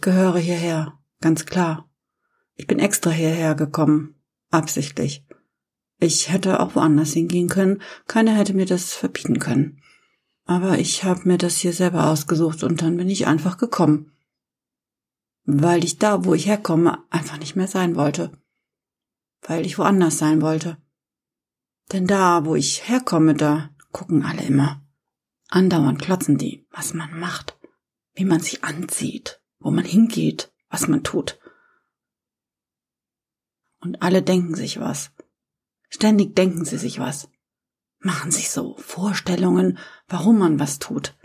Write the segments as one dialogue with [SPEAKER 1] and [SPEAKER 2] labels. [SPEAKER 1] gehöre hierher, ganz klar. Ich bin extra hierher gekommen, absichtlich. Ich hätte auch woanders hingehen können, keiner hätte mir das verbieten können. Aber ich habe mir das hier selber ausgesucht und dann bin ich einfach gekommen. Weil ich da, wo ich herkomme, einfach nicht mehr sein wollte. Weil ich woanders sein wollte. Denn da, wo ich herkomme, da gucken alle immer. Andauernd klotzen die, was man macht, wie man sich anzieht, wo man hingeht, was man tut. Und alle denken sich was. Ständig denken sie sich was machen sich so Vorstellungen, warum man was tut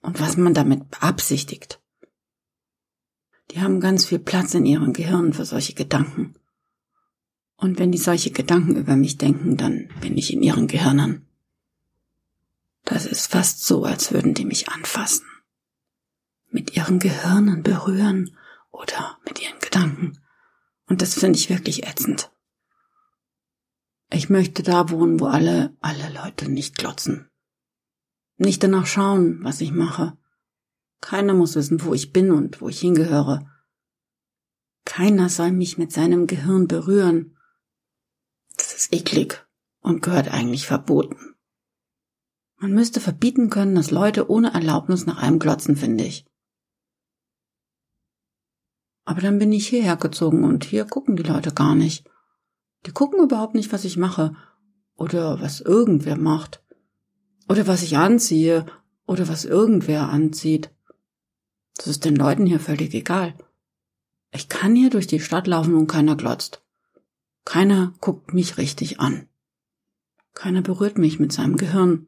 [SPEAKER 1] und was man damit beabsichtigt. Die haben ganz viel Platz in ihren Gehirnen für solche Gedanken. Und wenn die solche Gedanken über mich denken, dann bin ich in ihren Gehirnen. Das ist fast so, als würden die mich anfassen. Mit ihren Gehirnen berühren oder mit ihren Gedanken. Und das finde ich wirklich ätzend. Ich möchte da wohnen, wo alle, alle Leute nicht glotzen. Nicht danach schauen, was ich mache. Keiner muss wissen, wo ich bin und wo ich hingehöre. Keiner soll mich mit seinem Gehirn berühren. Das ist eklig und gehört eigentlich verboten. Man müsste verbieten können, dass Leute ohne Erlaubnis nach einem glotzen, finde ich. Aber dann bin ich hierher gezogen und hier gucken die Leute gar nicht. Die gucken überhaupt nicht, was ich mache oder was irgendwer macht oder was ich anziehe oder was irgendwer anzieht. Das ist den Leuten hier völlig egal. Ich kann hier durch die Stadt laufen und keiner glotzt. Keiner guckt mich richtig an. Keiner berührt mich mit seinem Gehirn.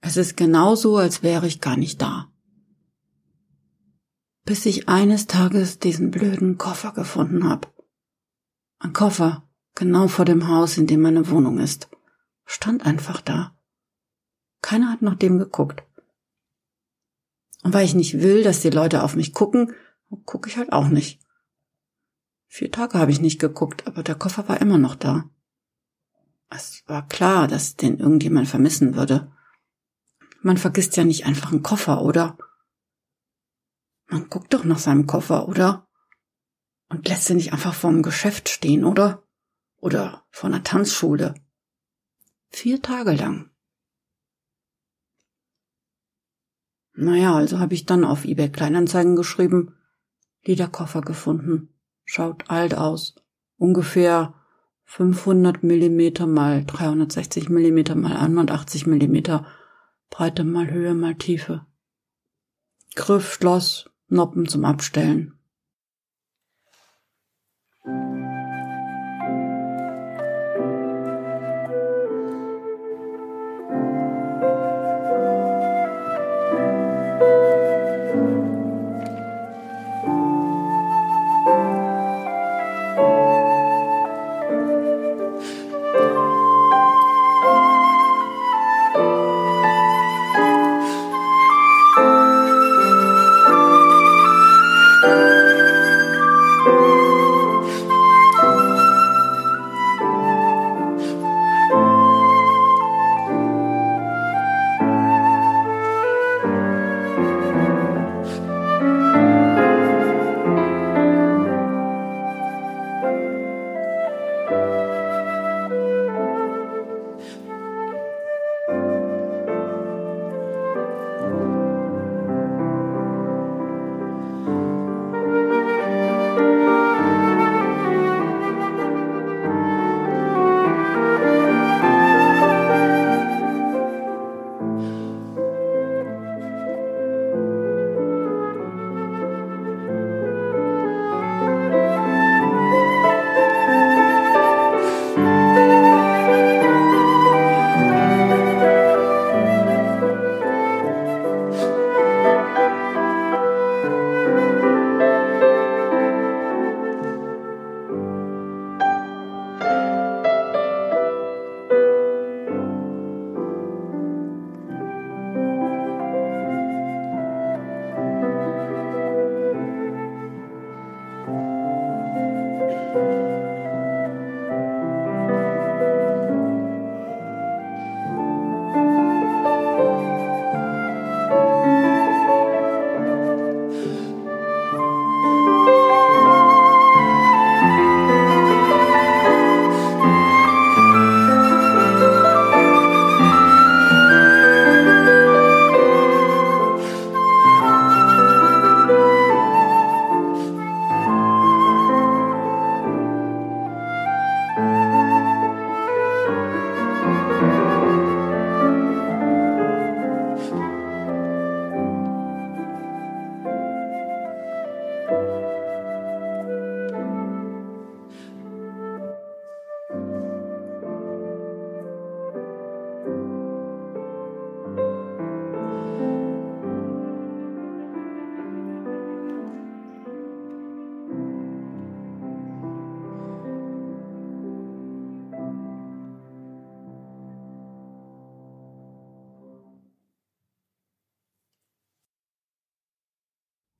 [SPEAKER 1] Es ist genauso, als wäre ich gar nicht da. Bis ich eines Tages diesen blöden Koffer gefunden habe. Ein Koffer, genau vor dem Haus, in dem meine Wohnung ist, stand einfach da. Keiner hat nach dem geguckt. Und weil ich nicht will, dass die Leute auf mich gucken, gucke ich halt auch nicht. Vier Tage habe ich nicht geguckt, aber der Koffer war immer noch da. Es war klar, dass den irgendjemand vermissen würde. Man vergisst ja nicht einfach einen Koffer, oder? Man guckt doch nach seinem Koffer, oder? und lässt sie nicht einfach vorm Geschäft stehen, oder? Oder vor einer Tanzschule. Vier Tage lang. Naja, also habe ich dann auf eBay Kleinanzeigen geschrieben, Lederkoffer gefunden, schaut alt aus, ungefähr 500 Millimeter mal 360 Millimeter mal 180 Millimeter, Breite mal Höhe mal Tiefe. Griff, Schloss, Noppen zum Abstellen,
[SPEAKER 2] thank you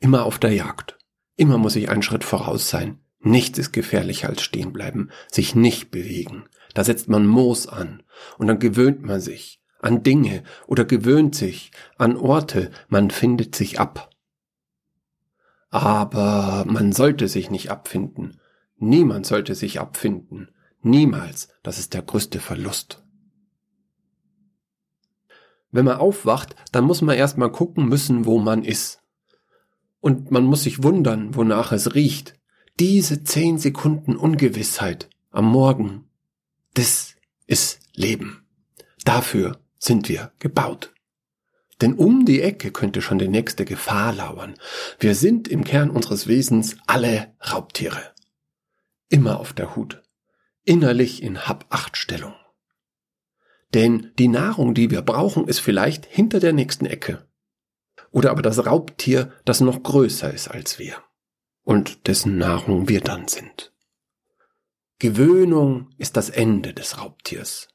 [SPEAKER 2] immer auf der Jagd. Immer muss ich einen Schritt voraus sein. Nichts ist gefährlicher als stehen bleiben, sich nicht bewegen. Da setzt man Moos an und dann gewöhnt man sich an Dinge oder gewöhnt sich an Orte, man findet sich ab. Aber man sollte sich nicht abfinden. Niemand sollte sich abfinden. Niemals. Das ist der größte Verlust. Wenn man aufwacht, dann muss man erstmal gucken müssen, wo man ist. Und man muss sich wundern, wonach es riecht. Diese zehn Sekunden Ungewissheit am Morgen, das ist Leben. Dafür sind wir gebaut. Denn um die Ecke könnte schon die nächste Gefahr lauern. Wir sind im Kern unseres Wesens alle Raubtiere. Immer auf der Hut. Innerlich in Hab-Acht-Stellung. Denn die Nahrung, die wir brauchen, ist vielleicht hinter der nächsten Ecke. Oder aber das Raubtier, das noch größer ist als wir. Und dessen Nahrung wir dann sind. Gewöhnung ist das Ende des Raubtiers.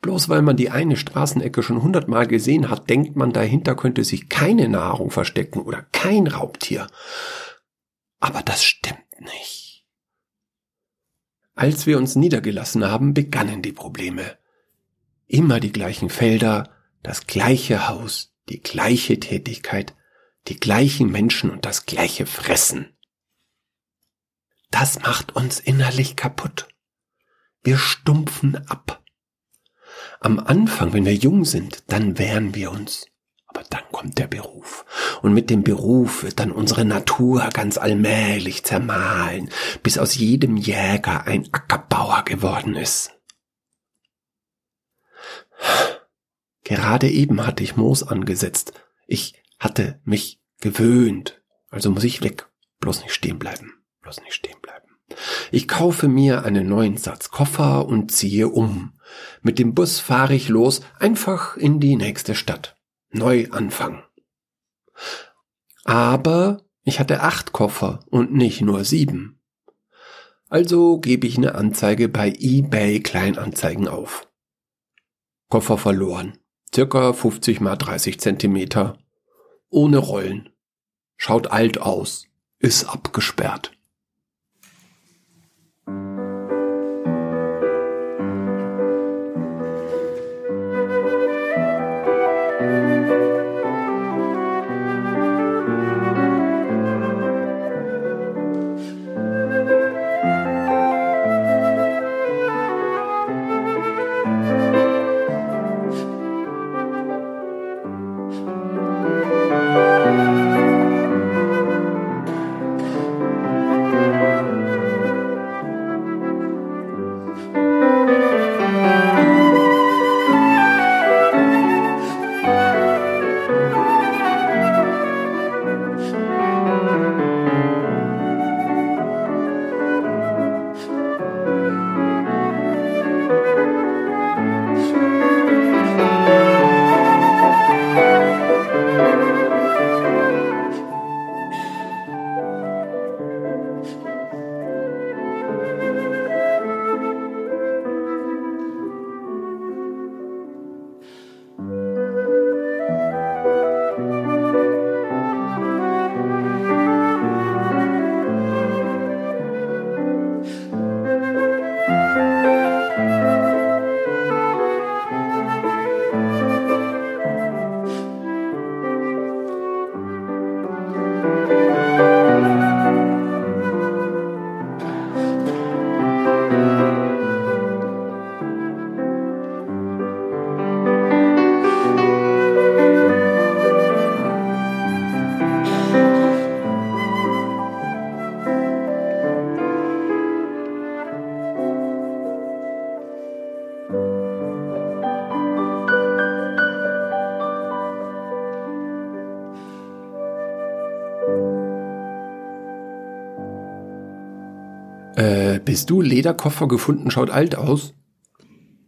[SPEAKER 2] Bloß weil man die eine Straßenecke schon hundertmal gesehen hat, denkt man, dahinter könnte sich keine Nahrung verstecken oder kein Raubtier. Aber das stimmt nicht. Als wir uns niedergelassen haben, begannen die Probleme. Immer die gleichen Felder, das gleiche Haus, die gleiche Tätigkeit, die gleichen Menschen und das gleiche Fressen. Das macht uns innerlich kaputt. Wir stumpfen ab. Am Anfang, wenn wir jung sind, dann wehren wir uns. Aber dann kommt der Beruf. Und mit dem Beruf wird dann unsere Natur ganz allmählich zermahlen, bis aus jedem Jäger ein Ackerbauer geworden ist. Gerade eben hatte ich Moos angesetzt. Ich hatte mich gewöhnt. Also muss ich weg. Bloß nicht stehen bleiben. Bloß nicht stehen bleiben. Ich kaufe mir einen neuen Satz Koffer und ziehe um. Mit dem Bus fahre ich los, einfach in die nächste Stadt. Neu anfangen. Aber ich hatte acht Koffer und nicht nur sieben. Also gebe ich eine Anzeige bei eBay Kleinanzeigen auf. Koffer verloren. Circa 50 mal 30 Zentimeter. Ohne Rollen. Schaut alt aus. Ist abgesperrt. Äh, Bist du Lederkoffer gefunden, schaut alt aus?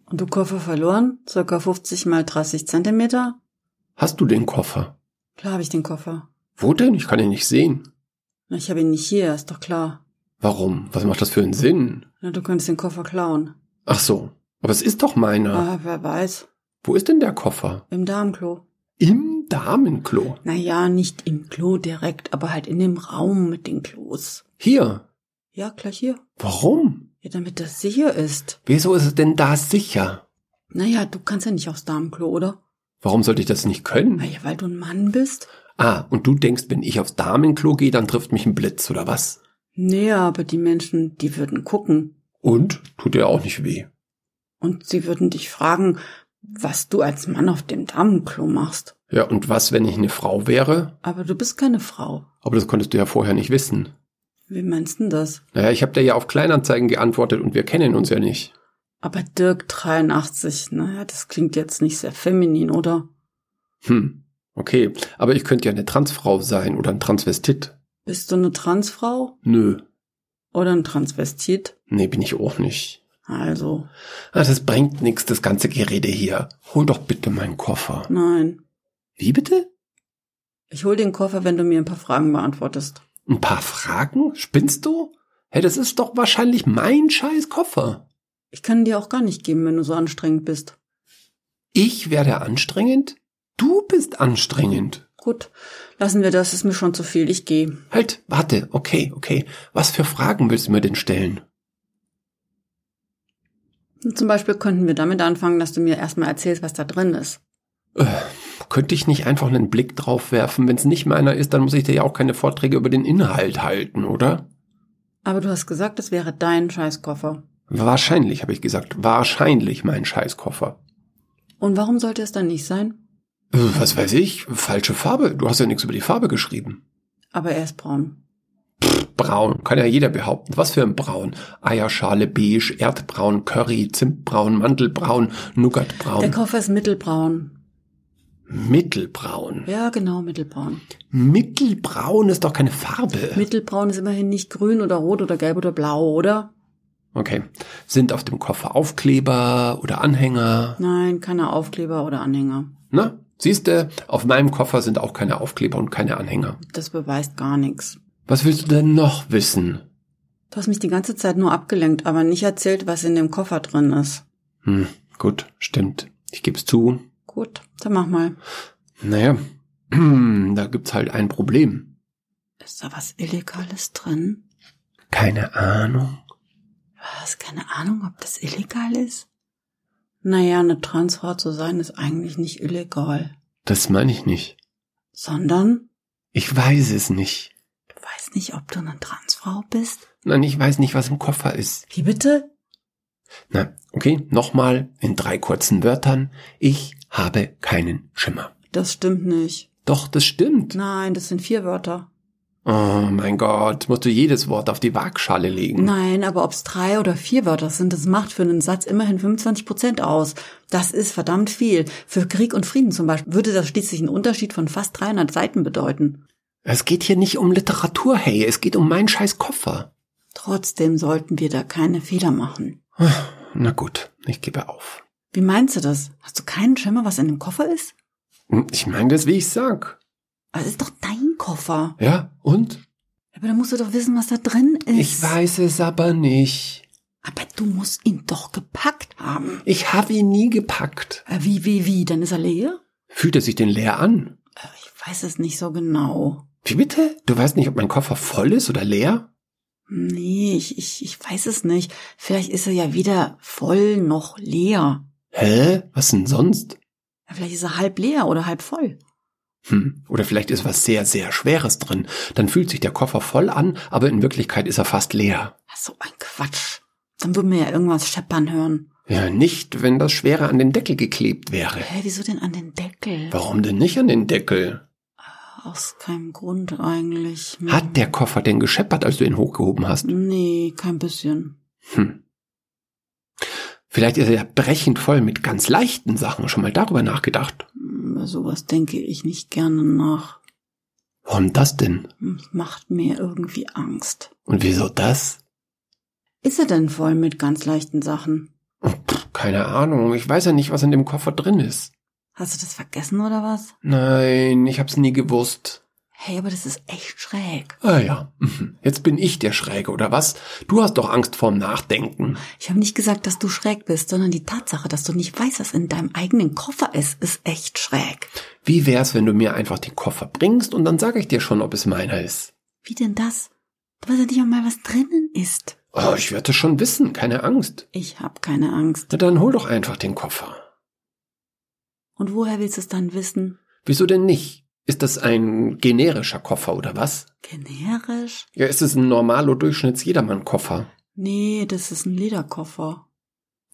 [SPEAKER 1] Und du Koffer verloren? Circa 50 mal 30 Zentimeter?
[SPEAKER 2] Hast du den Koffer?
[SPEAKER 1] Klar habe ich den Koffer.
[SPEAKER 2] Wo denn? Ich kann ihn nicht sehen.
[SPEAKER 1] Na, ich habe ihn nicht hier, ist doch klar.
[SPEAKER 2] Warum? Was macht das für einen Sinn?
[SPEAKER 1] Na, du könntest den Koffer klauen.
[SPEAKER 2] Ach so. Aber es ist doch meiner.
[SPEAKER 1] Ah, wer weiß.
[SPEAKER 2] Wo ist denn der Koffer?
[SPEAKER 1] Im Darmklo.
[SPEAKER 2] Im Damenklo.
[SPEAKER 1] Naja, nicht im Klo direkt, aber halt in dem Raum mit den Klos.
[SPEAKER 2] Hier.
[SPEAKER 1] Ja, gleich hier.
[SPEAKER 2] Warum?
[SPEAKER 1] Ja, damit das sicher ist.
[SPEAKER 2] Wieso ist es denn da sicher?
[SPEAKER 1] Naja, du kannst ja nicht aufs Damenklo, oder?
[SPEAKER 2] Warum sollte ich das nicht können?
[SPEAKER 1] Naja, weil du ein Mann bist.
[SPEAKER 2] Ah, und du denkst, wenn ich aufs Damenklo gehe, dann trifft mich ein Blitz oder was?
[SPEAKER 1] Nee, aber die Menschen, die würden gucken.
[SPEAKER 2] Und? Tut dir auch nicht weh.
[SPEAKER 1] Und sie würden dich fragen, was du als Mann auf dem Damenklo machst.
[SPEAKER 2] Ja, und was, wenn ich eine Frau wäre?
[SPEAKER 1] Aber du bist keine Frau.
[SPEAKER 2] Aber das konntest du ja vorher nicht wissen.
[SPEAKER 1] Wie meinst denn das?
[SPEAKER 2] Naja, ich habe dir ja auf Kleinanzeigen geantwortet und wir kennen uns ja nicht.
[SPEAKER 1] Aber Dirk 83, naja, das klingt jetzt nicht sehr feminin, oder?
[SPEAKER 2] Hm, okay. Aber ich könnte ja eine Transfrau sein oder ein Transvestit.
[SPEAKER 1] Bist du eine Transfrau
[SPEAKER 2] Nö.
[SPEAKER 1] oder ein Transvestit?
[SPEAKER 2] Nee, bin ich auch nicht.
[SPEAKER 1] Also,
[SPEAKER 2] Ah, das bringt nix, das ganze Gerede hier. Hol doch bitte meinen Koffer.
[SPEAKER 1] nein.
[SPEAKER 2] Wie bitte?
[SPEAKER 1] Ich hol den Koffer, wenn du mir ein paar Fragen beantwortest.
[SPEAKER 2] Ein paar Fragen? Spinnst du? Hey, das ist doch wahrscheinlich mein scheiß Koffer.
[SPEAKER 1] Ich kann dir auch gar nicht geben, wenn du so anstrengend bist.
[SPEAKER 2] Ich werde anstrengend? Du bist anstrengend.
[SPEAKER 1] Gut, lassen wir das, ist mir schon zu viel, ich gehe.
[SPEAKER 2] Halt, warte, okay, okay. Was für Fragen willst du mir denn stellen?
[SPEAKER 1] Zum Beispiel könnten wir damit anfangen, dass du mir erstmal erzählst, was da drin ist.
[SPEAKER 2] Könnte ich nicht einfach einen Blick drauf werfen? Wenn es nicht meiner ist, dann muss ich dir ja auch keine Vorträge über den Inhalt halten, oder?
[SPEAKER 1] Aber du hast gesagt, es wäre dein Scheißkoffer.
[SPEAKER 2] Wahrscheinlich, habe ich gesagt. Wahrscheinlich mein Scheißkoffer.
[SPEAKER 1] Und warum sollte es dann nicht sein?
[SPEAKER 2] Äh, Was weiß ich? Falsche Farbe. Du hast ja nichts über die Farbe geschrieben.
[SPEAKER 1] Aber er ist braun.
[SPEAKER 2] Braun, kann ja jeder behaupten. Was für ein Braun? Eierschale, beige, Erdbraun, Curry, Zimtbraun, Mandelbraun,
[SPEAKER 1] Der
[SPEAKER 2] Nougatbraun,
[SPEAKER 1] Koffer ist mittelbraun.
[SPEAKER 2] Mittelbraun.
[SPEAKER 1] Ja, genau, mittelbraun.
[SPEAKER 2] Mittelbraun ist doch keine Farbe.
[SPEAKER 1] Mittelbraun ist immerhin nicht grün oder rot oder gelb oder blau, oder?
[SPEAKER 2] okay. Sind auf dem Koffer Aufkleber oder Anhänger?
[SPEAKER 1] Nein, keine Aufkleber oder Anhänger.
[SPEAKER 2] Na, siehste, auf meinem Koffer sind auch keine Aufkleber und keine Anhänger.
[SPEAKER 1] Das beweist gar nichts.
[SPEAKER 2] Was willst du denn noch wissen?
[SPEAKER 1] Du hast mich die ganze Zeit nur abgelenkt, aber nicht erzählt, was in dem Koffer drin ist.
[SPEAKER 2] Hm, gut, stimmt. Ich geb's zu.
[SPEAKER 1] Gut, dann mach mal.
[SPEAKER 2] Naja, da gibt's halt ein Problem.
[SPEAKER 1] Ist da was Illegales drin?
[SPEAKER 2] Keine Ahnung.
[SPEAKER 1] Was? Keine Ahnung, ob das illegal ist? Naja, eine Transfrau zu sein ist eigentlich nicht illegal.
[SPEAKER 2] Das meine ich nicht.
[SPEAKER 1] Sondern,
[SPEAKER 2] Ich weiß es nicht.
[SPEAKER 1] du weißt nicht, ob du eine Transfrau bist?
[SPEAKER 2] Nein, ich weiß nicht, was im Koffer ist.
[SPEAKER 1] Wie bitte?
[SPEAKER 2] Na, okay, nochmal in drei kurzen Wörtern. Ich habe keinen Schimmer.
[SPEAKER 1] Das stimmt nicht.
[SPEAKER 2] Doch, das stimmt.
[SPEAKER 1] Nein, das sind vier Wörter.
[SPEAKER 2] Oh mein Gott, musst du jedes Wort auf die Waagschale legen.
[SPEAKER 1] Nein, aber ob's drei oder vier Wörter sind, das macht für einen Satz immerhin 25 Prozent aus. Das ist verdammt viel. Für Krieg und Frieden zum Beispiel würde das schließlich einen Unterschied von fast 300 Seiten bedeuten.
[SPEAKER 2] Es geht hier nicht um Literatur, hey, es geht um meinen scheiß Koffer.
[SPEAKER 1] Trotzdem sollten wir da keine Fehler machen.
[SPEAKER 2] Na gut, ich gebe auf.
[SPEAKER 1] Wie meinst du das? Hast du keinen Schimmer, was in dem Koffer ist?
[SPEAKER 2] Hm, Ich meine das, wie ich sag.
[SPEAKER 1] Aber es ist doch dein Koffer.
[SPEAKER 2] Ja, und?
[SPEAKER 1] Aber dann musst du doch wissen, was da drin ist.
[SPEAKER 2] Ich weiß es aber nicht.
[SPEAKER 1] Aber du musst ihn doch gepackt haben.
[SPEAKER 2] Ich habe ihn nie gepackt.
[SPEAKER 1] Äh, Wie, wie, wie? Dann ist er leer?
[SPEAKER 2] Fühlt er sich denn leer an?
[SPEAKER 1] Äh, Ich weiß es nicht so genau.
[SPEAKER 2] Wie bitte? Du weißt nicht, ob mein Koffer voll ist oder leer?
[SPEAKER 1] Nee, ich, ich, ich weiß es nicht. Vielleicht ist er ja weder voll noch leer.
[SPEAKER 2] Hä? Was denn sonst?
[SPEAKER 1] Ja, Vielleicht ist er halb leer oder halb voll.
[SPEAKER 2] Hm. Oder vielleicht ist was sehr, sehr Schweres drin. Dann fühlt sich der Koffer voll an, aber in Wirklichkeit ist er fast leer.
[SPEAKER 1] Ach, So ein Quatsch. Dann würden wir ja irgendwas scheppern hören.
[SPEAKER 2] Ja, nicht, wenn das Schwere an den Deckel geklebt wäre.
[SPEAKER 1] Hä, wieso denn an den Deckel?
[SPEAKER 2] Warum denn nicht an den Deckel?
[SPEAKER 1] Aus keinem Grund eigentlich. Hm.
[SPEAKER 2] Hat der Koffer denn gescheppert, als du ihn hochgehoben hast?
[SPEAKER 1] Nee, kein bisschen.
[SPEAKER 2] Hm. Vielleicht ist er ja brechend voll mit ganz leichten Sachen. Schon mal darüber nachgedacht.
[SPEAKER 1] Hm, Über sowas denke ich nicht gerne nach.
[SPEAKER 2] Warum das denn?
[SPEAKER 1] Hm, Es macht mir irgendwie Angst.
[SPEAKER 2] Und wieso das?
[SPEAKER 1] Ist er denn voll mit ganz leichten Sachen?
[SPEAKER 2] Pff, keine Ahnung. Ich weiß ja nicht, was in dem Koffer drin ist.
[SPEAKER 1] Hast du das vergessen oder was?
[SPEAKER 2] Nein, ich hab's nie gewusst.
[SPEAKER 1] Hey, aber das ist echt schräg.
[SPEAKER 2] Ah ja, mhm. jetzt bin ich der Schräge, oder was? Du hast doch Angst vorm Nachdenken.
[SPEAKER 1] Ich habe nicht gesagt, dass du schräg bist, sondern die Tatsache, dass du nicht weißt, was in deinem eigenen Koffer ist, ist echt schräg.
[SPEAKER 2] Wie wär's, wenn du mir einfach den Koffer bringst und dann sage ich dir schon, ob es meiner ist?
[SPEAKER 1] Wie denn das? Du weißt ja nicht einmal, was drinnen ist.
[SPEAKER 2] Oh, ich werde es schon wissen, keine Angst.
[SPEAKER 1] Ich habe keine Angst.
[SPEAKER 2] Na dann hol doch einfach den Koffer.
[SPEAKER 1] Und woher willst du es dann wissen?
[SPEAKER 2] Wieso denn nicht? Ist das ein generischer Koffer oder was?
[SPEAKER 1] Generisch?
[SPEAKER 2] Ja, ist es ein normaler Durchschnitts-Jedermann-Koffer?
[SPEAKER 1] Nee, das ist ein Lederkoffer.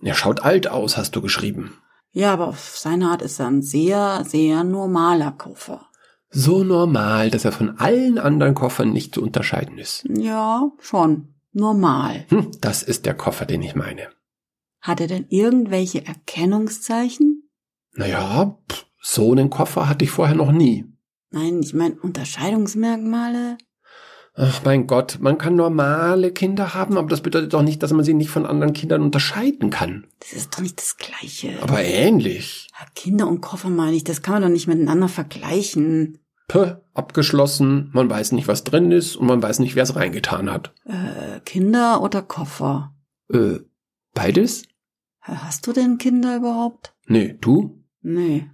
[SPEAKER 2] Er schaut alt aus, hast du geschrieben.
[SPEAKER 1] Ja, aber auf seine Art ist er ein sehr, sehr normaler Koffer.
[SPEAKER 2] So normal, dass er von allen anderen Koffern nicht zu unterscheiden ist.
[SPEAKER 1] Ja, schon. Normal.
[SPEAKER 2] Hm, das ist der Koffer, den ich meine.
[SPEAKER 1] Hat er denn irgendwelche Erkennungszeichen?
[SPEAKER 2] Naja, pff, so einen Koffer hatte ich vorher noch nie.
[SPEAKER 1] Nein, ich meine Unterscheidungsmerkmale.
[SPEAKER 2] Ach mein Gott, man kann normale Kinder haben, aber das bedeutet doch nicht, dass man sie nicht von anderen Kindern unterscheiden kann.
[SPEAKER 1] Das ist doch nicht das Gleiche.
[SPEAKER 2] Aber ähnlich.
[SPEAKER 1] Ja, Kinder und Koffer meine ich, das kann man doch nicht miteinander vergleichen.
[SPEAKER 2] Puh, abgeschlossen, man weiß nicht, was drin ist und man weiß nicht, wer es reingetan hat.
[SPEAKER 1] Äh, Kinder oder Koffer?
[SPEAKER 2] Äh, beides?
[SPEAKER 1] Hast du denn Kinder überhaupt?
[SPEAKER 2] Nee, du?
[SPEAKER 1] Nee.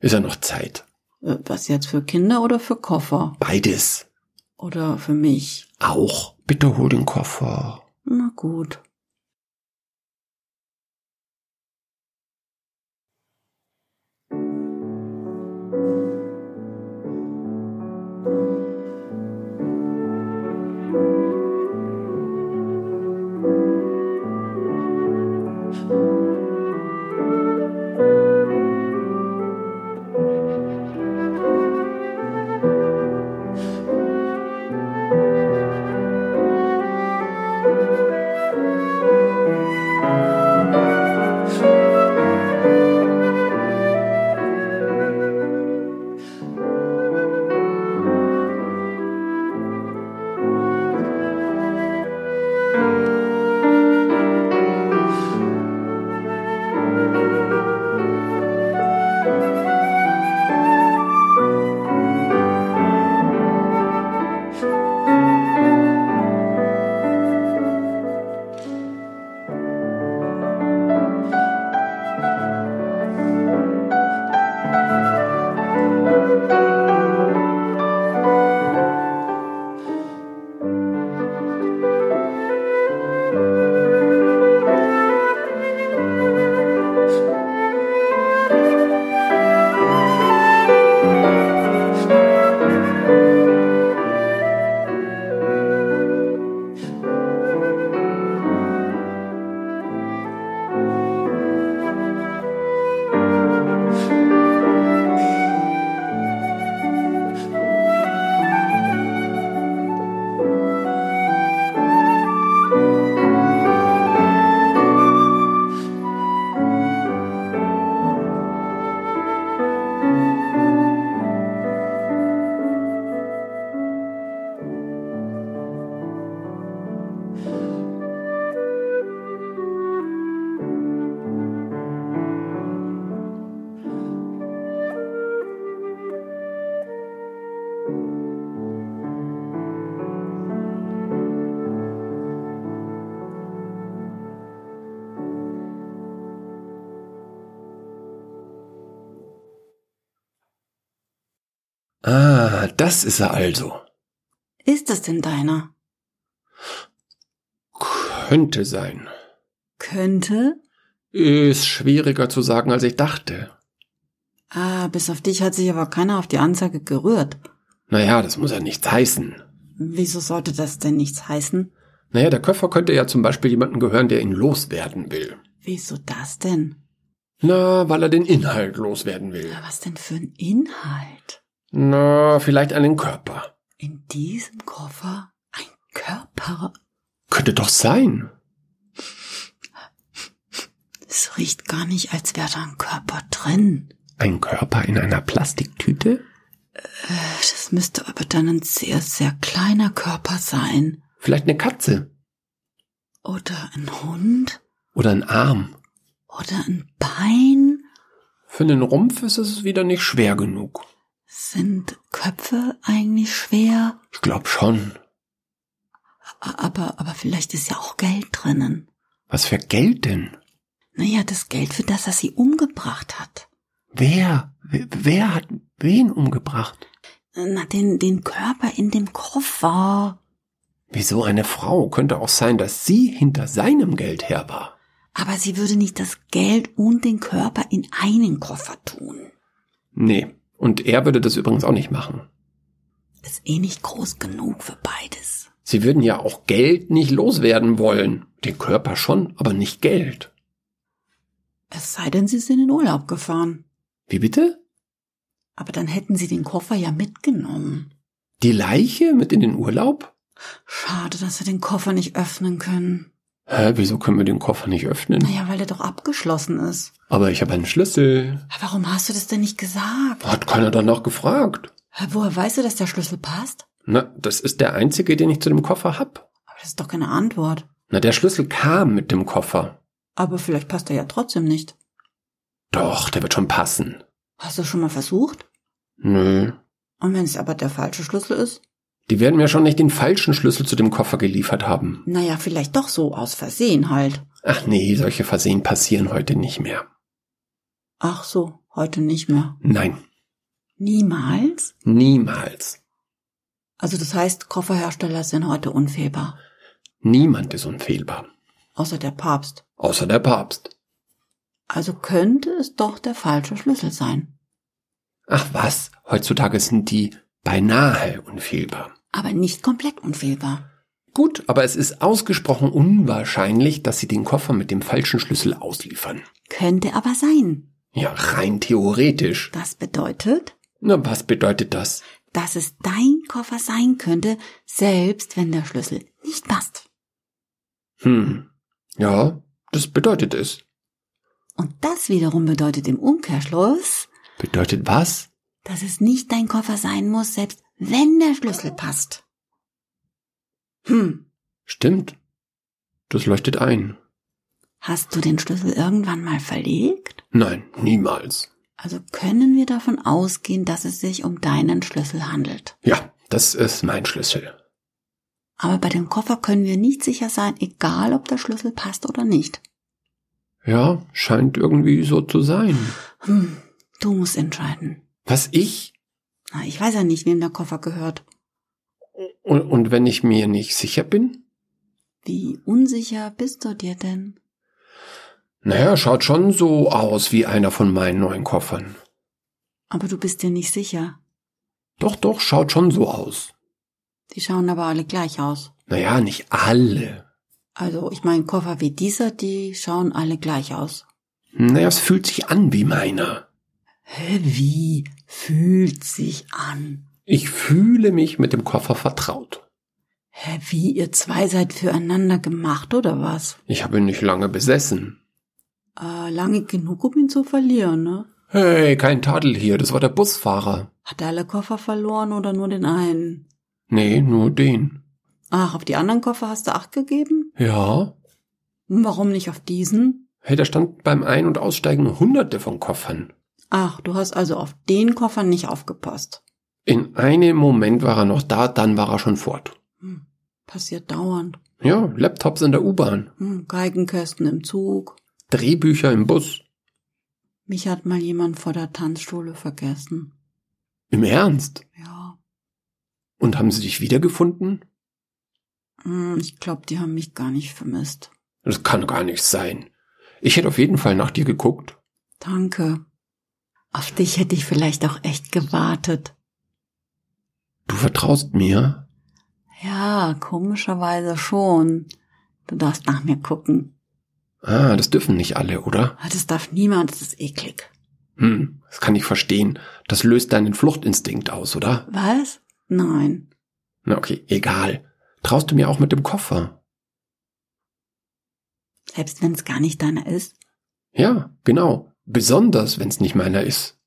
[SPEAKER 2] Ist ja noch Zeit.
[SPEAKER 1] Äh, Was jetzt für Kinder oder für Koffer?
[SPEAKER 2] Beides.
[SPEAKER 1] Oder für mich?
[SPEAKER 2] Auch. Bitte hol den Koffer.
[SPEAKER 1] Na gut.
[SPEAKER 2] Ah, das ist er also.
[SPEAKER 1] Ist das denn deiner?
[SPEAKER 2] Könnte sein.
[SPEAKER 1] Könnte?
[SPEAKER 2] Ist schwieriger zu sagen, als ich dachte.
[SPEAKER 1] Ah, bis auf dich hat sich aber keiner auf die Anzeige gerührt.
[SPEAKER 2] Naja, das muss ja nichts heißen.
[SPEAKER 1] Wieso sollte das denn nichts heißen?
[SPEAKER 2] Naja, der Koffer könnte ja zum Beispiel jemanden gehören, der ihn loswerden will.
[SPEAKER 1] Wieso das denn?
[SPEAKER 2] Na, weil er den Inhalt loswerden will.
[SPEAKER 1] Na, was denn für ein Inhalt?
[SPEAKER 2] Na, vielleicht einen Körper.
[SPEAKER 1] In diesem Koffer ein Körper?
[SPEAKER 2] Könnte doch sein.
[SPEAKER 1] Es riecht gar nicht, als wäre da ein Körper drin.
[SPEAKER 2] Ein Körper in einer Plastiktüte?
[SPEAKER 1] Das müsste aber dann ein sehr, sehr kleiner Körper sein.
[SPEAKER 2] Vielleicht eine Katze.
[SPEAKER 1] Oder ein Hund?
[SPEAKER 2] Oder ein Arm.
[SPEAKER 1] Oder ein Bein?
[SPEAKER 2] Für einen Rumpf ist es wieder nicht schwer genug.
[SPEAKER 1] Sind Köpfe eigentlich schwer?
[SPEAKER 2] Ich glaube schon.
[SPEAKER 1] Aber, aber vielleicht ist ja auch Geld drinnen.
[SPEAKER 2] Was für Geld denn?
[SPEAKER 1] Naja, das Geld, für das er sie umgebracht hat.
[SPEAKER 2] Wer? Wer, wer hat wen umgebracht?
[SPEAKER 1] Na, den, den Körper in dem Koffer.
[SPEAKER 2] Wieso eine Frau? Könnte auch sein, dass sie hinter seinem Geld her war.
[SPEAKER 1] Aber sie würde nicht das Geld und den Körper in einen Koffer tun.
[SPEAKER 2] Nee. Und er würde das übrigens auch nicht machen.
[SPEAKER 1] Ist eh nicht groß genug für beides.
[SPEAKER 2] Sie würden ja auch Geld nicht loswerden wollen. Den Körper schon, aber nicht Geld.
[SPEAKER 1] Es sei denn, sie sind in Urlaub gefahren.
[SPEAKER 2] Wie bitte?
[SPEAKER 1] Aber dann hätten sie den Koffer ja mitgenommen.
[SPEAKER 2] Die Leiche mit in den Urlaub?
[SPEAKER 1] Schade, dass wir den Koffer nicht öffnen können.
[SPEAKER 2] Hä, wieso können wir den Koffer nicht öffnen?
[SPEAKER 1] Naja, weil der doch abgeschlossen ist.
[SPEAKER 2] Aber ich habe einen Schlüssel.
[SPEAKER 1] Aber warum hast du das denn nicht gesagt?
[SPEAKER 2] Hat keiner danach gefragt.
[SPEAKER 1] Hä, Woher weißt du, dass der Schlüssel passt?
[SPEAKER 2] Na, das ist der einzige, den ich zu dem Koffer hab.
[SPEAKER 1] Aber das ist doch keine Antwort.
[SPEAKER 2] Na, der Schlüssel kam mit dem Koffer.
[SPEAKER 1] Aber vielleicht passt er ja trotzdem nicht.
[SPEAKER 2] Doch, der wird schon passen.
[SPEAKER 1] Hast du das schon mal versucht?
[SPEAKER 2] Nö.
[SPEAKER 1] Und wenn es aber der falsche Schlüssel ist?
[SPEAKER 2] Die werden mir schon nicht den falschen Schlüssel zu dem Koffer geliefert haben.
[SPEAKER 1] Naja, vielleicht doch so aus Versehen halt.
[SPEAKER 2] Ach nee, solche Versehen passieren heute nicht mehr.
[SPEAKER 1] Ach so, heute nicht mehr.
[SPEAKER 2] Nein,
[SPEAKER 1] Niemals?
[SPEAKER 2] niemals.
[SPEAKER 1] Also das heißt, Kofferhersteller sind heute unfehlbar.
[SPEAKER 2] Niemand ist unfehlbar.
[SPEAKER 1] Außer der Papst.
[SPEAKER 2] Außer der Papst.
[SPEAKER 1] Also könnte es doch der falsche Schlüssel sein.
[SPEAKER 2] Ach was, heutzutage sind die beinahe unfehlbar.
[SPEAKER 1] Aber nicht komplett unfehlbar.
[SPEAKER 2] Gut, aber es ist ausgesprochen unwahrscheinlich, dass sie den Koffer mit dem falschen Schlüssel ausliefern.
[SPEAKER 1] Könnte aber sein.
[SPEAKER 2] Ja, rein theoretisch.
[SPEAKER 1] Das bedeutet,
[SPEAKER 2] Na, was bedeutet das?
[SPEAKER 1] dass es dein Koffer sein könnte, selbst wenn der Schlüssel nicht passt.
[SPEAKER 2] Hm. Ja, das bedeutet es.
[SPEAKER 1] Und das wiederum bedeutet im Umkehrschluss,
[SPEAKER 2] Bedeutet was?
[SPEAKER 1] dass es nicht dein Koffer sein muss, selbst wenn der Schlüssel passt. Hm,
[SPEAKER 2] Stimmt. Das leuchtet ein.
[SPEAKER 1] hast du den Schlüssel irgendwann mal verlegt?
[SPEAKER 2] Nein, niemals.
[SPEAKER 1] Also können wir davon ausgehen, dass es sich um deinen Schlüssel handelt.
[SPEAKER 2] Ja, das ist mein Schlüssel.
[SPEAKER 1] Aber bei dem Koffer können wir nicht sicher sein, egal ob der Schlüssel passt oder nicht.
[SPEAKER 2] Ja, scheint irgendwie so zu sein.
[SPEAKER 1] Hm, du musst entscheiden.
[SPEAKER 2] Was ich?
[SPEAKER 1] Na, ich weiß ja nicht, wem der Koffer gehört.
[SPEAKER 2] Und, und wenn ich mir nicht sicher bin?
[SPEAKER 1] Wie unsicher bist du dir denn?
[SPEAKER 2] Naja, schaut schon so aus wie einer von meinen neuen Koffern.
[SPEAKER 1] Aber du bist dir nicht sicher.
[SPEAKER 2] Doch, doch, schaut schon so aus.
[SPEAKER 1] Die schauen aber alle gleich aus.
[SPEAKER 2] Naja, nicht alle.
[SPEAKER 1] Also, ich meine, Koffer wie dieser, die schauen alle gleich aus.
[SPEAKER 2] Naja, es fühlt sich an wie meiner.
[SPEAKER 1] Hä, wie fühlt sich an?
[SPEAKER 2] Ich fühle mich mit dem Koffer vertraut.
[SPEAKER 1] Hä, wie ihr zwei seid füreinander gemacht oder was?
[SPEAKER 2] Ich habe ihn nicht lange besessen.
[SPEAKER 1] Äh, lange genug, um ihn zu verlieren, ne?
[SPEAKER 2] Hey, kein Tadel hier, das war der Busfahrer.
[SPEAKER 1] Hat er alle Koffer verloren oder nur den einen?
[SPEAKER 2] Nee, nur den.
[SPEAKER 1] Ach, auf die anderen Koffer hast du acht gegeben?
[SPEAKER 2] Ja?
[SPEAKER 1] Warum nicht auf diesen?
[SPEAKER 2] Hey, da stand beim Ein- und Aussteigen hunderte von Koffern.
[SPEAKER 1] Ach, du hast also auf den Koffer nicht aufgepasst.
[SPEAKER 2] In einem Moment war er noch da, dann war er schon fort.
[SPEAKER 1] Hm, passiert dauernd.
[SPEAKER 2] Ja, Laptops in der U-Bahn,
[SPEAKER 1] Hm, Geigenkästen im Zug.
[SPEAKER 2] Drehbücher im Bus.
[SPEAKER 1] Mich hat mal jemand vor der Tanzschule vergessen.
[SPEAKER 2] Im Ernst?
[SPEAKER 1] Ja.
[SPEAKER 2] Und haben sie dich wiedergefunden?
[SPEAKER 1] Hm, ich glaube, die haben mich gar nicht vermisst.
[SPEAKER 2] Das kann gar nicht sein. Ich hätte auf jeden Fall nach dir geguckt.
[SPEAKER 1] Danke. Auf dich hätte ich vielleicht auch echt gewartet.
[SPEAKER 2] Du vertraust mir?
[SPEAKER 1] Ja, komischerweise schon. Du darfst nach mir gucken.
[SPEAKER 2] Ah, das dürfen nicht alle, oder?
[SPEAKER 1] Ah, Das darf niemand, das ist eklig.
[SPEAKER 2] Hm, das kann ich verstehen. Das löst deinen Fluchtinstinkt aus, oder?
[SPEAKER 1] Was? Nein.
[SPEAKER 2] Na okay, egal. Traust du mir auch mit dem Koffer?
[SPEAKER 1] Selbst wenn es gar nicht deiner ist.
[SPEAKER 2] Ja, genau. Besonders, wenn's nicht meiner ist.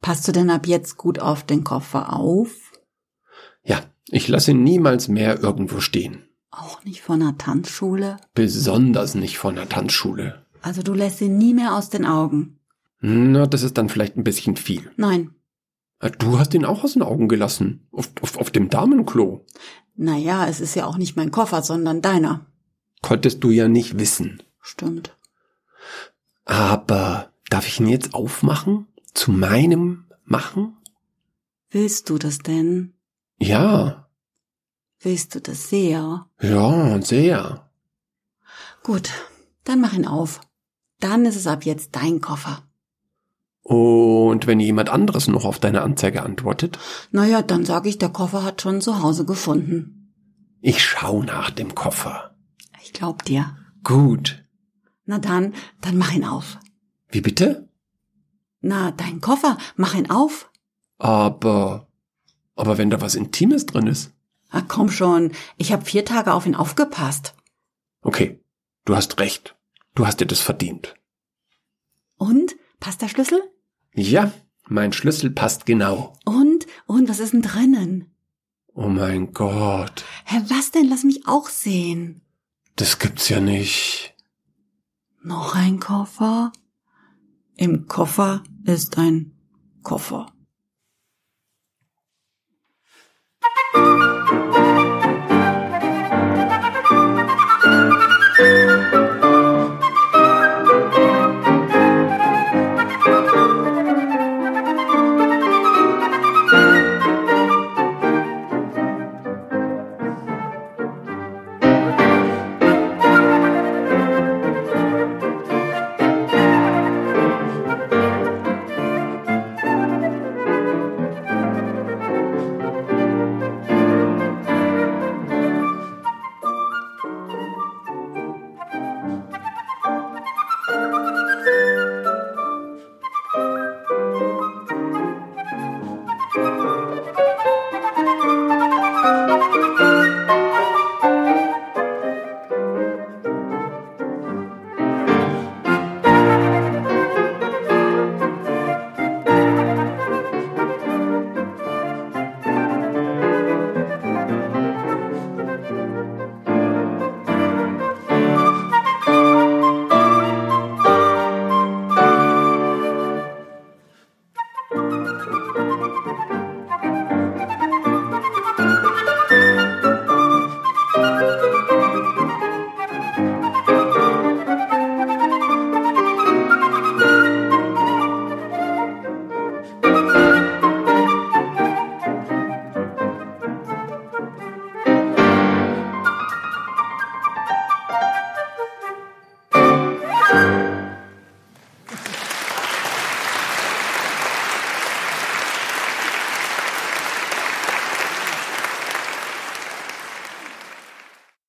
[SPEAKER 1] Passt du denn ab jetzt gut auf den Koffer auf?
[SPEAKER 2] Ja, ich lasse ihn niemals mehr irgendwo stehen.
[SPEAKER 1] Auch nicht von einer Tanzschule?
[SPEAKER 2] Besonders nicht von der Tanzschule.
[SPEAKER 1] Also du lässt ihn nie mehr aus den Augen.
[SPEAKER 2] Na, das ist dann vielleicht ein bisschen viel.
[SPEAKER 1] Nein.
[SPEAKER 2] Ah, Du hast ihn auch aus den Augen gelassen. Auf, auf, auf dem Damenklo.
[SPEAKER 1] Naja, es ist ja auch nicht mein Koffer, sondern deiner.
[SPEAKER 2] Konntest du ja nicht wissen.
[SPEAKER 1] Stimmt.
[SPEAKER 2] Aber darf ich ihn jetzt aufmachen? Zu meinem machen?
[SPEAKER 1] Willst du das denn?
[SPEAKER 2] Ja,
[SPEAKER 1] Willst du das sehr?
[SPEAKER 2] ja, sehr.
[SPEAKER 1] Gut, dann mach ihn auf. Dann ist es ab jetzt dein Koffer.
[SPEAKER 2] Und wenn jemand anderes noch auf deine Anzeige antwortet,
[SPEAKER 1] Naja, dann sag ich, der Koffer hat schon zu Hause gefunden.
[SPEAKER 2] ich schau nach dem Koffer.
[SPEAKER 1] Ich glaub dir.
[SPEAKER 2] Gut.
[SPEAKER 1] Na dann, dann mach ihn auf.
[SPEAKER 2] Wie bitte?
[SPEAKER 1] Na, dein Koffer, mach ihn auf.
[SPEAKER 2] Aber, aber wenn da was Intimes drin ist.
[SPEAKER 1] Ah, komm schon, ich hab vier Tage auf ihn aufgepasst.
[SPEAKER 2] Okay, du hast recht. Du hast dir das verdient.
[SPEAKER 1] Und? Passt der Schlüssel?
[SPEAKER 2] Ja, mein Schlüssel passt genau.
[SPEAKER 1] Und? Und was ist denn drinnen?
[SPEAKER 2] Oh mein Gott,
[SPEAKER 1] Hä, was denn? Lass mich auch sehen.
[SPEAKER 2] das gibt's ja nicht.
[SPEAKER 1] Noch ein Koffer? Im Koffer ist ein Koffer.